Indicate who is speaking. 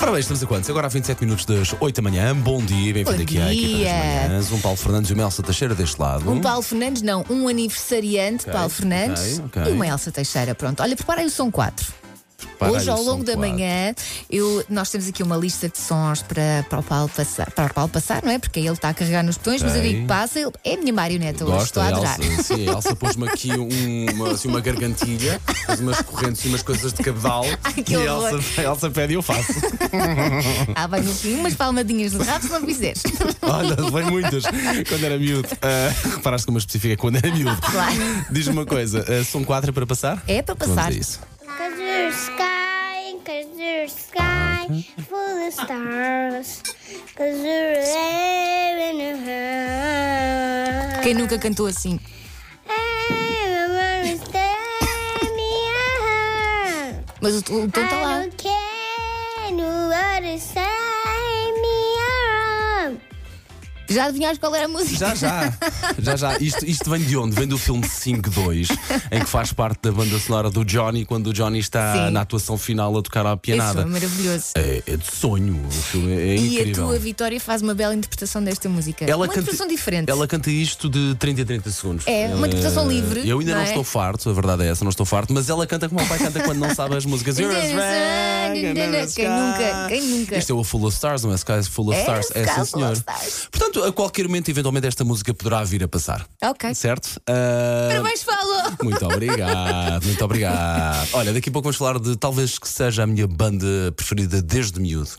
Speaker 1: Ora bem, estamos a quantos? Agora há 27 minutos das 8 da manhã. Bom dia, bem-vindo
Speaker 2: Bom
Speaker 1: aqui à equipa das
Speaker 2: dia.
Speaker 1: manhãs. Um Paulo Fernandes e uma Elsa Teixeira deste lado.
Speaker 2: Um Paulo Fernandes, não, um aniversariante,
Speaker 1: Hum? Ok,
Speaker 2: Paulo Fernandes,
Speaker 1: ok, ok.
Speaker 2: e uma Elsa Teixeira. Pronto, olha, preparem o som 4.
Speaker 1: Para aí,
Speaker 2: Hoje, ao
Speaker 1: são
Speaker 2: longo da
Speaker 1: quatro.
Speaker 2: manhã, eu, nós temos aqui uma lista de sons para, para, o Paulo passar, para o Paulo passar, não é? Porque ele está a carregar nos botões, mas eu
Speaker 1: Ok.
Speaker 2: digo passa, ele é a minha marioneta hoje,
Speaker 1: Gosta,
Speaker 2: estou a
Speaker 1: Elsa?
Speaker 2: adorar.
Speaker 1: Sim, a Elsa pôs-me aqui um- uma, assim, uma gargantilha, pôs umas correntes e umas coisas de cabedal.
Speaker 2: Ai, que
Speaker 1: e a
Speaker 2: horror.
Speaker 1: Elsa, a Elsa pede e eu faço.
Speaker 2: Ah, vai no fim, umas palmadinhas no rabo se não fizeres.
Speaker 1: Olha, levei muitas quando era miúdo. Ah, reparaste como eu especifica quando era miúdo.
Speaker 2: Claro.
Speaker 1: Diz-me uma coisa: ah, são quatro para passar?
Speaker 2: É para
Speaker 1: Pronto,
Speaker 2: passar.
Speaker 1: é isso.
Speaker 3: Cause you're sky, cause you're sky
Speaker 2: Uhum.
Speaker 3: full of stars. Cause you're living in her.
Speaker 2: Quem nunca cantou assim?
Speaker 3: Everyone is telling me uh-huh. I
Speaker 2: Mas o, o tom está Então tá lá.
Speaker 3: don't care nobody say me uh-huh. around.
Speaker 2: Já adivinhaste qual era a música?
Speaker 1: Já, já, já, já. Isto, isto vem de onde? Vem do filme 5-2, em que faz parte da banda sonora do Johnny, quando o Johnny está
Speaker 2: Sim.
Speaker 1: na atuação final a tocar à
Speaker 2: Esse foi
Speaker 1: pianada.
Speaker 2: maravilhoso.
Speaker 1: É, é de sonho, o filme é, é
Speaker 2: E a
Speaker 1: incrível.
Speaker 2: tua Vitória faz uma bela interpretação desta música. uma interpretação diferente.
Speaker 1: ela canta isto de 30 em 30 segundos.
Speaker 2: É, uma
Speaker 1: Eh,
Speaker 2: interpretação livre,
Speaker 1: Eu ainda não,
Speaker 2: não é?
Speaker 1: estou farto, a verdade é essa, não estou farto, mas ela canta como o pai canta quando não sabe as músicas. You're a star,
Speaker 2: Quem
Speaker 1: you're a star.
Speaker 2: nunca, quem nunca?
Speaker 1: Isto é o Full of Stars, não é? Sky Full of
Speaker 2: É,
Speaker 1: Stars. É,
Speaker 2: Sky
Speaker 1: sim,
Speaker 2: Full of
Speaker 1: senhor.
Speaker 2: Stars.
Speaker 1: Portanto, a qualquer momento, eventualmente, esta música poderá vir a passar.
Speaker 2: Ok.
Speaker 1: Certo? Ah,
Speaker 2: Parabéns, Paulo!
Speaker 1: muito obrigado, muito obrigado. Olha, daqui a pouco vamos falar de talvez que seja a minha banda preferida desde miúdo.